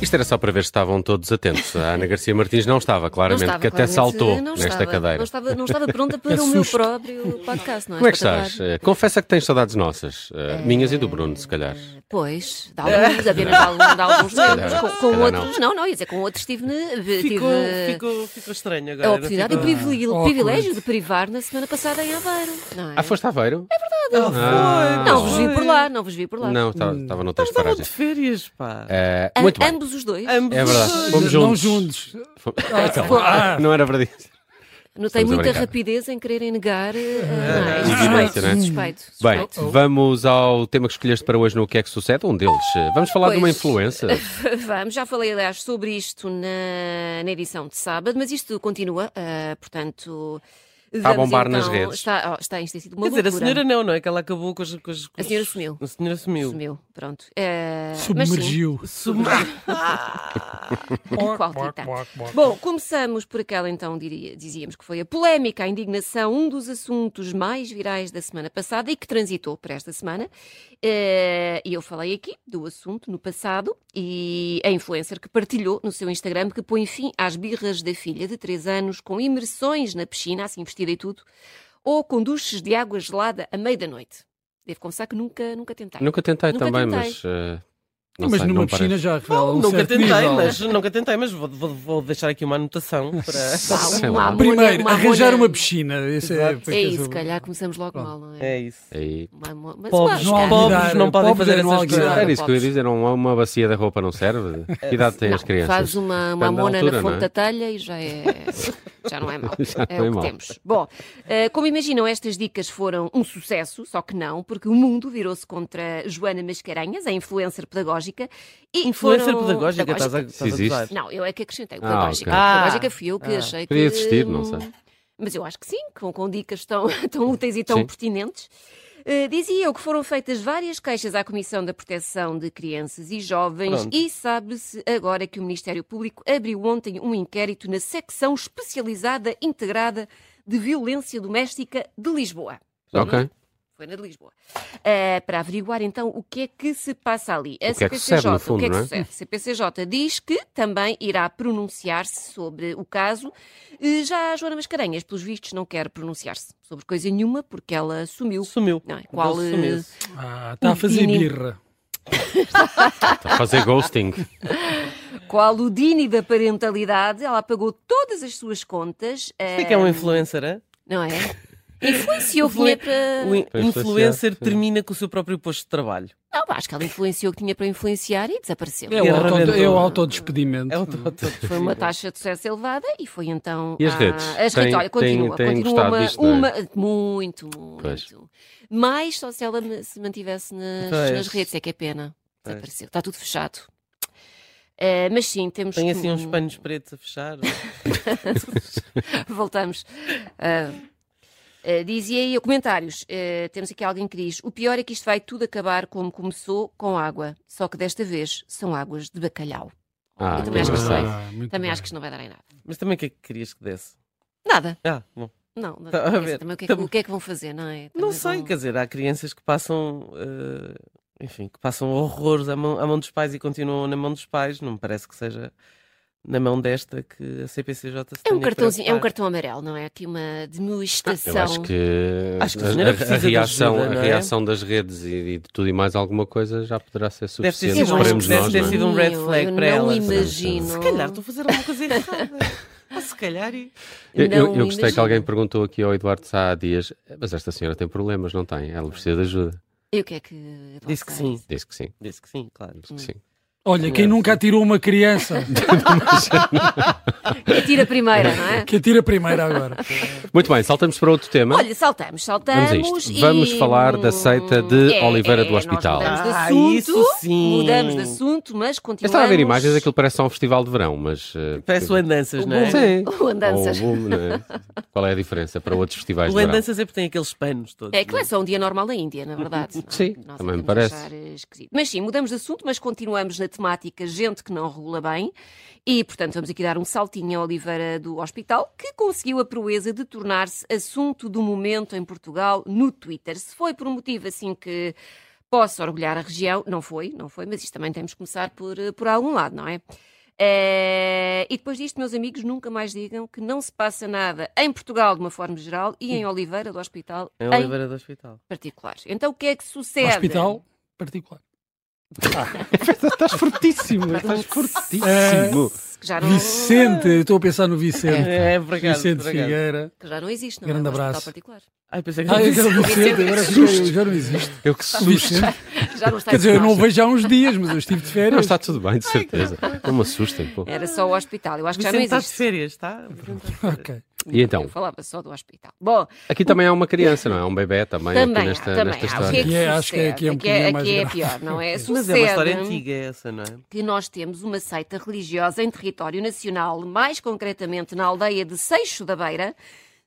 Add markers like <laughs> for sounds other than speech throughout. Isto era só para ver se estavam todos atentos. A Ana Garcia Martins não estava, claramente, estava, que até claramente. saltou Não nesta estava, cadeira. Não estava, não estava pronta <laughs> para o meu Assusto. próprio podcast, não é? Como é que Espetacular. estás? Eh, Confessa que tens saudades nossas, eh, minhas e do Bruno, se calhar. eh, Pois, de alguns, apenas de alguns, de alguns calhar- tempos, com, se com calhar outros, não. não, ia dizer, com outros tive, ne- tive Ficou, ficou, ficou estranho agora. a não oportunidade e o ficou? privilégio, awkward. privilégio de privar na semana passada em Aveiro, não é? Ah, foste a Aveiro? Ah, foi, Ah. pois Não vos vi foi. por lá, não vos vi por lá. Não, estava noutras um Estavam paragens. de férias, pá. Eh, Am- Muito bem. Ambos os dois. Ambos É verdade. os- Fomos Não juntos. juntos. Fom- Ah, calma. Ah, Não era verdade. Notei Estamos a muita brincar. rapidez em quererem negar. eh, Ah, não é? evidência, Suspeito, não é? suspeito, Bem, suspeito. vamos ao tema que escolheste para hoje no Que é que Sucede, um deles. Eh, Vamos falar de uma Pois. influencer. <laughs> Vamos, já falei, aliás, sobre isto na, na edição de sábado, mas isto continua, ah, portanto. Está a bombar nas redes. Está, oh, está em sido uma Quer dizer, a loucura. senhora não, não é? Que ela acabou com as. Com as- com A senhora os- sumiu. A senhora sumiu. Sumiu, pronto. Ah, mas sim, Submergiu. Sumiu. qual quita. Bom, começamos por aquela então, diria- dizíamos que foi a polémica, a indignação, um dos assuntos mais virais da semana passada e que transitou para esta semana. Eh, E eu falei aqui do assunto no passado e a influencer que partilhou no seu Instagram que põe fim às birras da filha de 3 anos com imersões na piscina, assim vestida e tudo, ou com duches de água gelada à meia da noite. Devo confessar que nunca, nunca tentei. Nunca tentei Nunca também, tentei. mas. eh, não Mas sei, numa não piscina parece. já revela um nunca certo tentei, nível. mas nunca tentei, mas vou, vou- vou deixar aqui <laughs> uma anotação para. Pá, Sei uma lá. amona- Primeiro, uma arranjar amona- uma piscina. Esse é, Exato. É isso, se calhar começamos logo mal, não é? É isso. Aí. Uma mo- Mas lá, Pobres, não cara. há pobres não podem Pobres é fazer não essas alguidar. coisas. Era isso que eu ia podes. dizer, não há uma bacia da roupa não serve? Que idade têm as É. Não, crianças? Faz uma, uma Depende da mona altura, na fonte não é? da telha e <laughs> já é. Já não é mau. é não o é que mau. temos. Bom, eh, como imaginam, estas dicas foram um sucesso, só que não, porque o mundo virou-se contra Joana Mascarenhas, a influencer pedagógica. E Influencer foram- pedagógica, um estás a, estás a Existe. gozar. Não, eu é que acrescentei. o Ah, Pedagógica. ok. O Ah. pedagógica fui eu que Ah. achei que. Podia existir, não sei. Mas eu acho que sim, com, com dicas tão, <laughs> tão úteis e tão Sim. pertinentes. Eh, dizia eu que foram feitas várias queixas à Comissão da Proteção de Crianças e Jovens Pronto. e sabe-se agora que o Ministério Público abriu ontem um inquérito na secção especializada integrada de violência doméstica de Lisboa. Ok. Foi na de Lisboa. Eh, para averiguar então o que é que se passa ali. A O que é que sucede, no fundo, o que é que não é? sucede? CPCJ diz que também irá pronunciar-se sobre o caso. Eh, Já a Joana Mascarenhas, pelos vistos, não quer pronunciar-se sobre coisa nenhuma porque ela sumiu. Sumiu. Não é? Qual, Ele eh, sumiu-se. Ah, está a fazer Dini. birra. Está a Então, fazer ghosting. Qual o Dini da parentalidade, ela pagou todas as suas contas. Sei eh, que é um influencer, é? Não é? Influenciou que Influen- tinha para. O in- Para influenciar, influencer sim. termina com o seu próprio posto de trabalho. Não, acho que ela influenciou que tinha para influenciar e desapareceu. É o, Birra auto, dentro. é o autodespedimento. É o total. Foi uma taxa de sucesso elevada e foi então. E as à- redes? As redes, Têm- olha, continua. têm- têm continua gostado uma, disto, não é? uma- Muito, muito. Pois. Mais só se ela me- se mantivesse nas, Pois. nas redes, é que é pena. Pois. Desapareceu. Está tudo fechado. Eh, mas sim, temos Tem que- assim uns panos pretos a fechar. <laughs> Voltamos. Ah, ah, dizia aí, comentários. Ah, temos aqui alguém que diz: o pior é que isto vai tudo acabar como começou, com água. Só que desta vez são águas de bacalhau. Ah, Eu também acho que engraçado. sei. Ah, muito Também bem. acho que isto não vai dar em nada. Mas também o que é que querias que desse? Nada. Ah, bom. Não, não Tá a quer dizer, ver. também o que, é que, Também- o que é que vão fazer, não é? Não Também sei, vão- quer dizer, há crianças que passam, eh, enfim, que passam horrores à mão, à mão dos pais e continuam na mão dos pais. Não me parece que seja na mão desta que a CPCJ se É um tenha que cartãozinho, é um preocupar. cartão amarelo, não é? Aqui uma Eu demonstração. acho que, Acho que a a, senhora a- a precisa de reação, ajuda, não a é? reação das redes e, e de tudo e mais alguma coisa já poderá ser Deve ter suficiente. sido, um, Esperemos que deve nós, ter não é? sido um red Eu- flag eu para não ela. imagino. Se calhar estou a fazer alguma coisa errada. <laughs> Ou se calhar. e- Eu, eu- eu Não gostei que imagino. alguém perguntou aqui ao Eduardo Sá há dias, mas esta senhora tem problemas, não tem? Ela precisa de ajuda. E o que é que. Disse que sim. Disse que sim. Disse que sim, claro. Hum. Disse que sim. Olha, quem nunca atirou uma criança, E tira a primeira, não <laughs> é? que atira primeiro agora. Muito bem, saltamos para outro tema. Olha, saltamos, saltamos. Vamos a isto. e- É, Vamos falar da seita de Oliveira do Hospital. Nós mudamos de Ah, assunto, isso sim. mudamos de assunto, mas Eu continuamos. estava a ver imagens, aquilo parece só um festival de verão, mas. eh, Parece o Andanças, não é? Sim. O Andanças. Né? Ou o Boom, não é? Qual é a diferença para outros festivais O de verão? Andanças é porque tem aqueles panos todos. É que não é só um dia normal na Índia, na verdade. não é? Sim, Nós é também me que vamos parece. achar esquisito. Mas sim, mudamos de assunto, mas continuamos na temática gente que não regula bem. E, portanto, vamos aqui dar um saltinho à Oliveira do Hospital, que conseguiu a proeza de tornar-se assunto do momento em Portugal no Twitter. Se foi por um motivo assim que Posso orgulhar a região, não foi, não foi, mas isto também temos que começar por, eh, por algum lado, não é? Eh, e depois disto, meus amigos, nunca mais digam que não se passa nada em Portugal de uma forma geral e em Oliveira do Hospital Em em, Oliveira É do Hospital. particular. Então o que é que sucede? Hospital particular. Estás fortíssimo, estás fortíssimo. Que já não, Vicente, eu estou a pensar no Vicente. É, é por acaso. Vicente por acaso. Figueira. que já não existe, não é? Grande Um hospital abraço. particular. Ai, pensei que Ah, eu era um quero o Vicente, agora fiquei- já não existe. É. Eu que O susto. Vicente. Já não está Quer dizer, eu em não o nós. vejo há uns dias, mas eu estive de Não, férias. está tudo bem, de certeza. Não me assustem, pô. é. Era só o hospital. Eu acho que já não Vicente assim. está de existe. férias, está? Vicente está de férias. Ok. É E então? Eu falava só do hospital. Bom, Aqui também há uma criança, não é? Um bebê também, também, aqui nesta, há, também nesta há. O que história. é que Aqui é- acho que é- sucede? aqui é um Aqui é, bocadinho aqui é mais pior, não <laughs> é? Mas é uma história Sucede antiga essa, não é? que nós temos uma seita religiosa em território nacional, mais concretamente na aldeia de Seixo da Beira,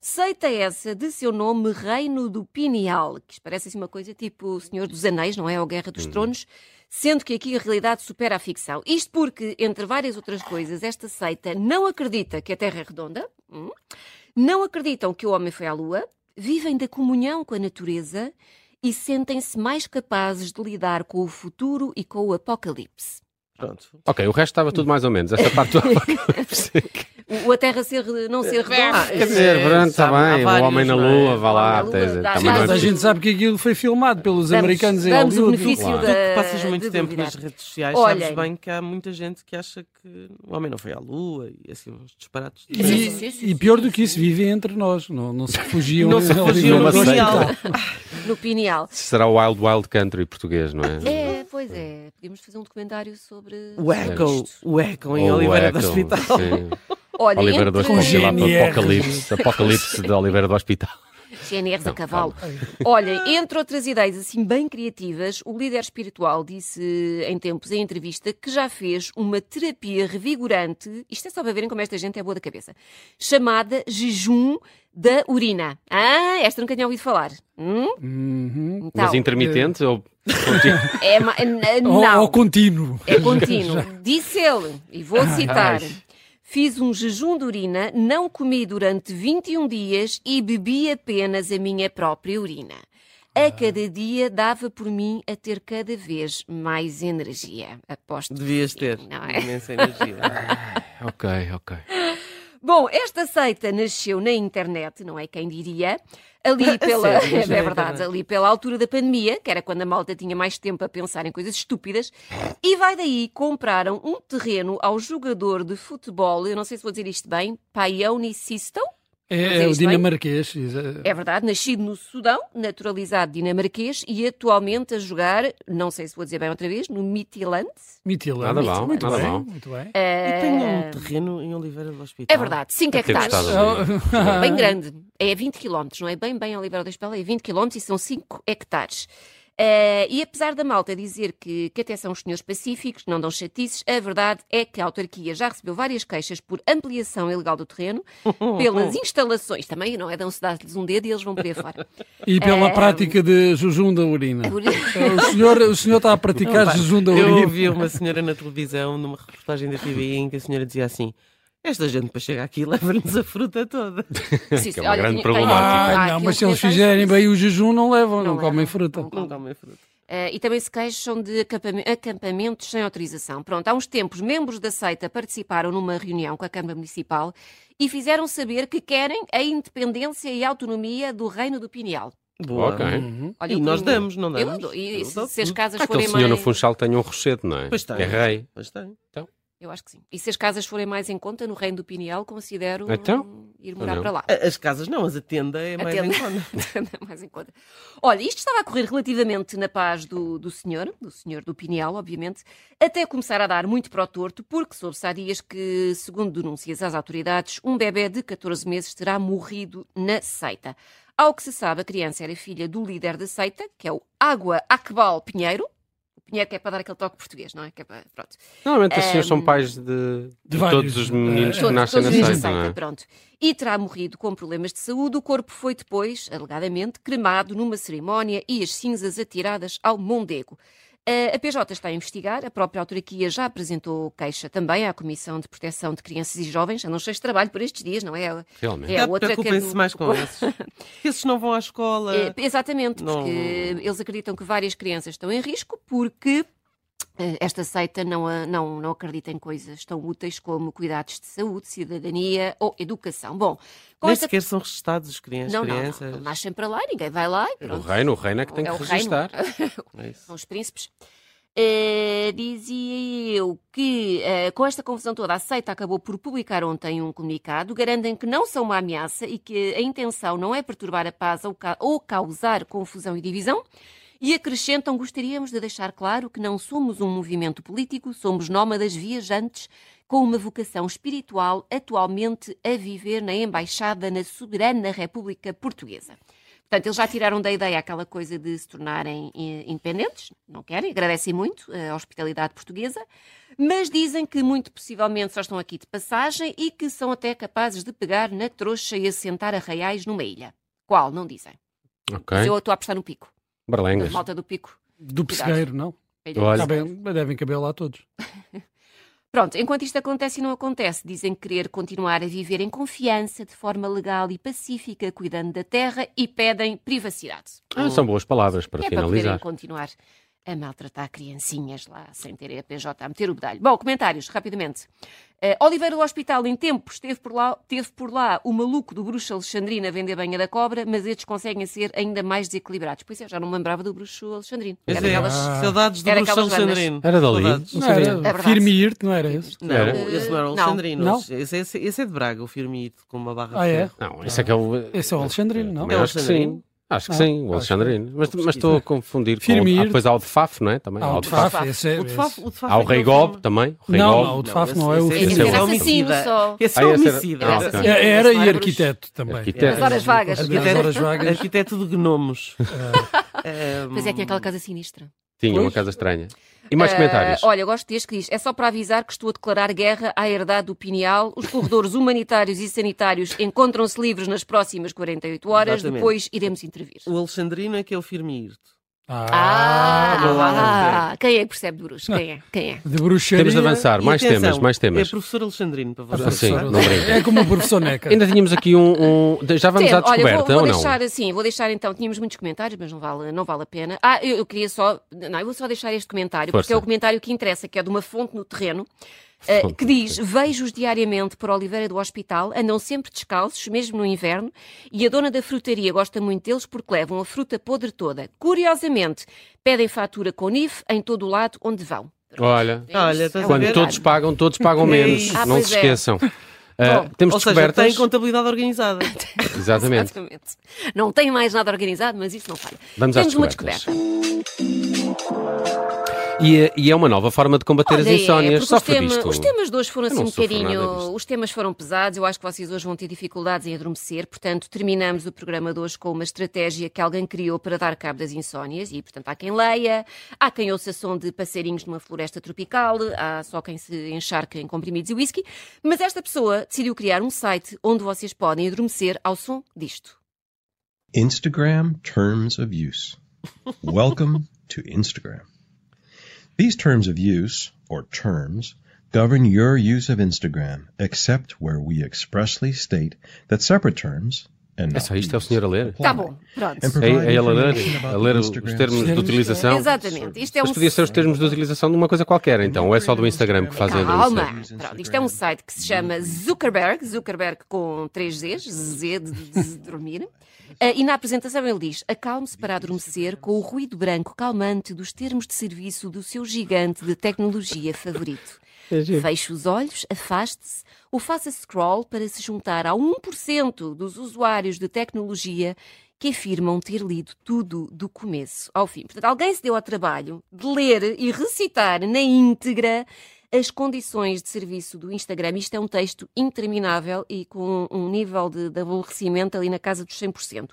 seita essa de seu nome Reino do Pineal, que isto parece assim uma coisa tipo o Senhor dos Anéis, não é? Ou Guerra dos Tronos, sendo que aqui a realidade supera a ficção. Isto porque, entre várias outras coisas, esta seita não acredita que a Terra é redonda, hum, não acreditam que o homem foi à Lua, vivem da comunhão com a natureza e sentem-se mais capazes de lidar com o futuro e com o apocalipse. Pronto. Ok, o resto estava tudo mais ou menos. Esta parte do <laughs> apocalipse. O- o a Terra ser, não ser redonda. Quer dizer, pronto, está Sabe, há bem. O vários, homem na não é? lua, vá lá. O homem na quer dizer, lua, dá- também Mas não a é gente sabe que aquilo foi filmado pelos Damos- americanos em damos o Hollywood. benefício Claro. da. Tu que passas muito de tempo duvidar. nas redes sociais, Olhem. sabes bem que há muita gente que acha que o homem não foi à lua e assim uns disparates. E, Sim, sim, sim, e pior do que isso, vivem entre nós, não, não se refugiam. Não se em refugiam Hollywood. no Pineal. No pineal. Será o Wild Wild Country português, não é? É, pois é. Podíamos fazer um documentário sobre. O sobre eco, isto. o eco em Ou o Oliveira do Echo, Hospital. sim. Olha, Oliveira do entre- Hospital, sei lá, GNR. Apocalipse, Apocalipse <laughs> de Oliveira do Hospital. GNRs a Não, cavalo. Olha, entre outras ideias assim bem criativas, o líder espiritual disse em tempos em entrevista que já fez uma terapia revigorante, isto é só para verem como esta gente é boa da cabeça, chamada jejum da urina. Ah, esta nunca tinha ouvido falar. Hum? Uhum. Então, Mas intermitente ou <laughs> contínuo? é, ma- n- Ou, não. ou contínuo. É contínuo. Disse ele, e vou citar: Fiz um jejum de urina, não comi durante 21 dias e bebi apenas a minha própria urina. A cada dia dava por mim a ter cada vez mais energia. Aposto. que Devias sim, ter Não é? <laughs> imensa energia. Ok, ok. Bom, esta seita nasceu na internet, não é quem diria, <laughs> ali pela, Sério, nasceu <laughs> na é verdade, internet. ali pela altura da pandemia, que era quando a malta tinha mais tempo a pensar em coisas estúpidas, e vai daí compraram um terreno ao jogador de futebol, eu não sei se vou dizer isto bem, Paioni Sisto, <laughs> É, é o isto bem? dinamarquês. é verdade, nascido no Sudão, naturalizado dinamarquês e atualmente a jogar, não sei se vou dizer bem outra vez, no Mitiland. Mitilano. Nada mal, muito nada bem, mal. Muito bem. E tem um terreno em Oliveira do Hospital. Eh, Ehm, É verdade, 5 Deve ter hectares. gostado. não Ah, é? Bem grande. É 20 km, não é? Bem, bem, Oliveira da Espela é 20 km e são 5 hectares. Eh, e apesar da malta dizer que, que até são os senhores pacíficos, não dão chatices, a verdade é que a autarquia já recebeu várias queixas por ampliação ilegal <laughs> do terreno, pelas instalações, também não é? Dão-se dar-lhes um dedo e eles vão para <laughs> aí fora. E pela É. prática de jejum da urina. É, O senhor, o senhor está a praticar Pá, jejum da Eu urina. ouvi uma senhora na televisão, numa reportagem da TV, em que a senhora dizia assim: Esta gente para chegar aqui <laughs> leva-nos a fruta toda. Sim, Que é sim, uma grande tinha- problemática. Ah, aqui não, um mas se eles comentário- fizerem bem o jejum, não levam, não, Não comem levam. fruta. Não Não comem fruta. Eh, e também se queixam de acampame- acampamentos sem autorização. Pronto, há uns tempos, membros da seita participaram numa reunião com a Câmara Municipal e fizeram saber que querem a independência e a autonomia do Reino do Pineal. Boa. Ok. Uhum. Olha, E eu- nós damos, não damos? Eu dou. E Eu se, dou se as tudo. casas Aquele forem senhor no mais. Funchal tem um rochedo, não é? Pois tem. É rei. Pois tem. Eu acho que sim. E se as casas forem mais em conta no Reino do Pineal, considero Então? hum, ir morar Não. para lá. A- As casas não, mas a tenda é mais tenda. em conta. <laughs> Não, é mais em conta. Olha, isto estava a correr relativamente na paz do, do senhor, do senhor do Pineal, obviamente, até começar a dar muito para o torto, porque soube-se há dias que, segundo denúncias às autoridades, um bebê de 14 meses terá morrido na seita. Ao que se sabe, a criança era filha do líder da seita, que é o Água Acbal Pinheiro. O Pinheiro que é para dar aquele toque português, não é? Que é para, pronto. Normalmente os senhores são pais de, de vários, todos os meninos eh, que Ehm, Todos- nascem na todos dizem seita, não é? pronto. E terá morrido com problemas de saúde. O corpo foi depois, alegadamente, cremado numa cerimónia e as cinzas atiradas ao Mondego. Eh, a PJ está a investigar, a própria autarquia já apresentou queixa também à Comissão de Proteção de Crianças e Jovens. Eu não sei se trabalho por estes dias, não é? Realmente. É, Já a outra que é Preocupem-se do- mais com esses. Que esses não vão à escola. Eh, exatamente, Não- porque eles acreditam que várias crianças estão em risco porque eh, esta seita não, a- não, não acredita em coisas tão úteis como cuidados de saúde, cidadania ou educação. Bom, com Nem esta- sequer são registados os crianças. Não, não, crianças. não, nascem para lá, ninguém vai lá e O pronto. reino, o reino é que tem É que o reino. registar. É isso. São os príncipes. Eh, dizia eu que eh, com esta confusão toda, a seita acabou por publicar ontem um comunicado, garantem que não são uma ameaça e que a intenção não é perturbar a paz ou, ca- ou causar confusão e divisão. E acrescentam: gostaríamos de deixar claro que não somos um movimento político, somos nómadas viajantes com uma vocação espiritual, atualmente a viver na Embaixada na Soberana República Portuguesa. Portanto, eles já tiraram da ideia aquela coisa de se tornarem eh, independentes, não querem, agradecem muito eh, a hospitalidade portuguesa, mas dizem que muito possivelmente só estão aqui de passagem e que são até capazes de pegar na trouxa e assentar arraiais numa ilha. Qual? Não dizem. Ok. Mas eu estou a apostar no pico. Na Berlengas. malta do pico. Do pesqueiro, não? Ilha. Olha. Cabem- Tá mas devem caber lá todos. Pronto, enquanto isto acontece e não acontece, dizem querer continuar a viver em confiança, de forma legal e pacífica, cuidando da terra e pedem privacidade. Ah, são boas palavras para é para poderem finalizar. continuar a maltratar criancinhas lá, sem terem a PJ a meter o bedalho. Bom, comentários, rapidamente. Eh, Oliveira do Hospital, em tempos, teve por, lá, teve por lá o maluco do bruxo Alexandrino a vender banha da cobra, mas estes conseguem ser ainda mais desequilibrados. Pois é, já não me lembrava do bruxo Alexandrino. Pois Era é, aquelas- Ah. saudades do era Bruxo aquelas bandas. Alexandrino. Era dali? Saudades. Não era? É verdade. Firme e irte, não era esse? Não, Era? esse não era o Não. Alexandrino. Não? Esse, esse- esse é de Braga, o Firme It, com uma barra Ah, de é? ferro. Não, esse é que é o. Esse é o Alexandrino, não? Eu É o acho que sim. Alexandrino? Acho que Ah, sim, acho o que- Alexandrino. Mas, vou mas estou a pesquisar. confundir com. Firmir. Ah, depois há o de Fafo, não é? Também. Ah, há o o de de Fafo. Fafo, esse é. O de Fafo, esse. o de Fafo Há o é aquele Rei Gob filme- também. O Rei Não, Gob. não, o de Fafo não é esse- o esse- filme. esse Era é o assassino homicida. só. Esse Ah, é o esse era- homicida. Ah, Era ok. assassino, É, Era não e bruxo. arquiteto também. Arquiteto. As horas vagas. Arquiteto. Arquiteto, Horas vagas. arquiteto de gnomos. Pois é, tinha aquela casa sinistra. Tinha uma Pois. casa estranha. E mais Ah, comentários? Olha, eu gosto deste que diz: é só para avisar que estou a declarar guerra à herdade do Pineal. Os corredores humanitários e sanitários encontram-se livres nas próximas 48 horas. Exatamente. Depois iremos intervir. O Alexandrino é que é o Firme It. Ah, não, não, ah, quem é que percebe de bruxo? Quem é? Quem é? De bruxaria. Temos de avançar. E Mais atenção, temas, mais É temas. professor Alexandrino para Ah, sim, vocês. não brinca. É como o professor Neca. <laughs> Ainda tínhamos aqui um. um- Já vamos à Tem- olha, descoberta, vou, vou ou não? deixar assim, vou deixar então, tínhamos muitos comentários, mas não vale, não vale a pena. Ah, eu, eu queria só, não, eu vou só deixar este comentário, porque Força. é o comentário que interessa, que é de uma fonte no terreno, eh, Fonte que no diz: Vejo-os diariamente para Oliveira do Hospital, andam sempre descalços, mesmo no inverno, e a dona da frutaria gosta muito deles porque levam a fruta podre toda. Curiosamente, pedem fatura com NIF em todo o lado onde vão. Olha. É Olha, isso, estás Quando é um a ver? comentário. todos pagam, todos pagam É menos. isso. Ah, Não pois se <laughs> é. esqueçam. Ah, temos Ou seja, descobertas. tem contabilidade organizada. Exatamente. Exatamente. Não tem mais nada organizado, mas isto não falha. Vamos às Temos uma descobertas. descoberta. E, é- e é uma nova forma de combater Olha, é, as insónias. porque Só os, foi tema- isto. os temas de hoje foram Eu assim não um sofro nada bocadinho. disto. Os temas foram pesados. Eu acho que vocês hoje vão ter dificuldades em adormecer. Portanto, terminamos o programa de hoje com uma estratégia que alguém criou para dar cabo das insónias. E, portanto, há quem leia, há quem ouça som de passarinhos numa floresta tropical, há só quem se encharque em comprimidos e whisky. Mas esta pessoa decidiu criar um site onde vocês podem adormecer ao som disto. Instagram terms of use. Welcome to Instagram. These terms of use, or terms, govern your use of Instagram, except where we expressly state that separate terms and É not só isto, é o these senhor a ler. apply. Tá bom, pronto. And É, provide é ele a information ler, about a ler the os Instagram termos de service. utilização. Exatamente. Isto é Mas um podia ser os termos de utilização de uma coisa qualquer, então. Ou é só do Instagram que fazem a Calma, denúncia? adolescentes. pronto, isto é um site que se chama Zuckerberg, Zuckerberg com três Zs, Z de, de dormir, Ah, e na apresentação ele diz, acalme-se para adormecer com o ruído branco calmante dos termos de serviço do seu gigante de tecnologia favorito. Feche os olhos, afaste-se ou faça scroll para se juntar a 1% dos usuários de tecnologia que afirmam ter lido tudo do começo ao fim. Portanto, alguém se deu ao trabalho de ler e recitar na íntegra as condições de serviço do Instagram. Isto é um texto interminável e com um nível de, de aborrecimento ali na casa dos 100%.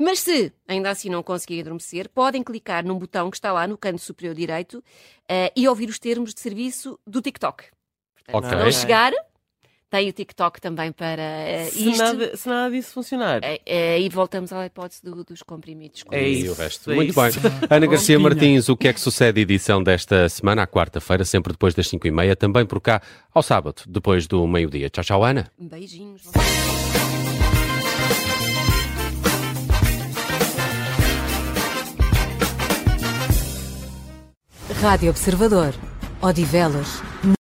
Mas se ainda assim não conseguirem adormecer, podem clicar num botão que está lá no canto superior direito eh, e ouvir os termos de serviço do TikTok. Portanto, Ok. se não chegar, Tem o TikTok também para eh, se, isto. nada, se nada disso funcionar. Eh, eh, e voltamos à hipótese do- dos comprimidos. É e isso, o resto. é Muito isso. bem. Ana Garcia Martins, o que é que sucede? Edição desta semana, à quarta-feira, sempre depois das 5h30, também por cá, ao sábado, depois do meio-dia. Tchau, tchau, Ana. Um Beijinhos. Rádio Observador. Odivelas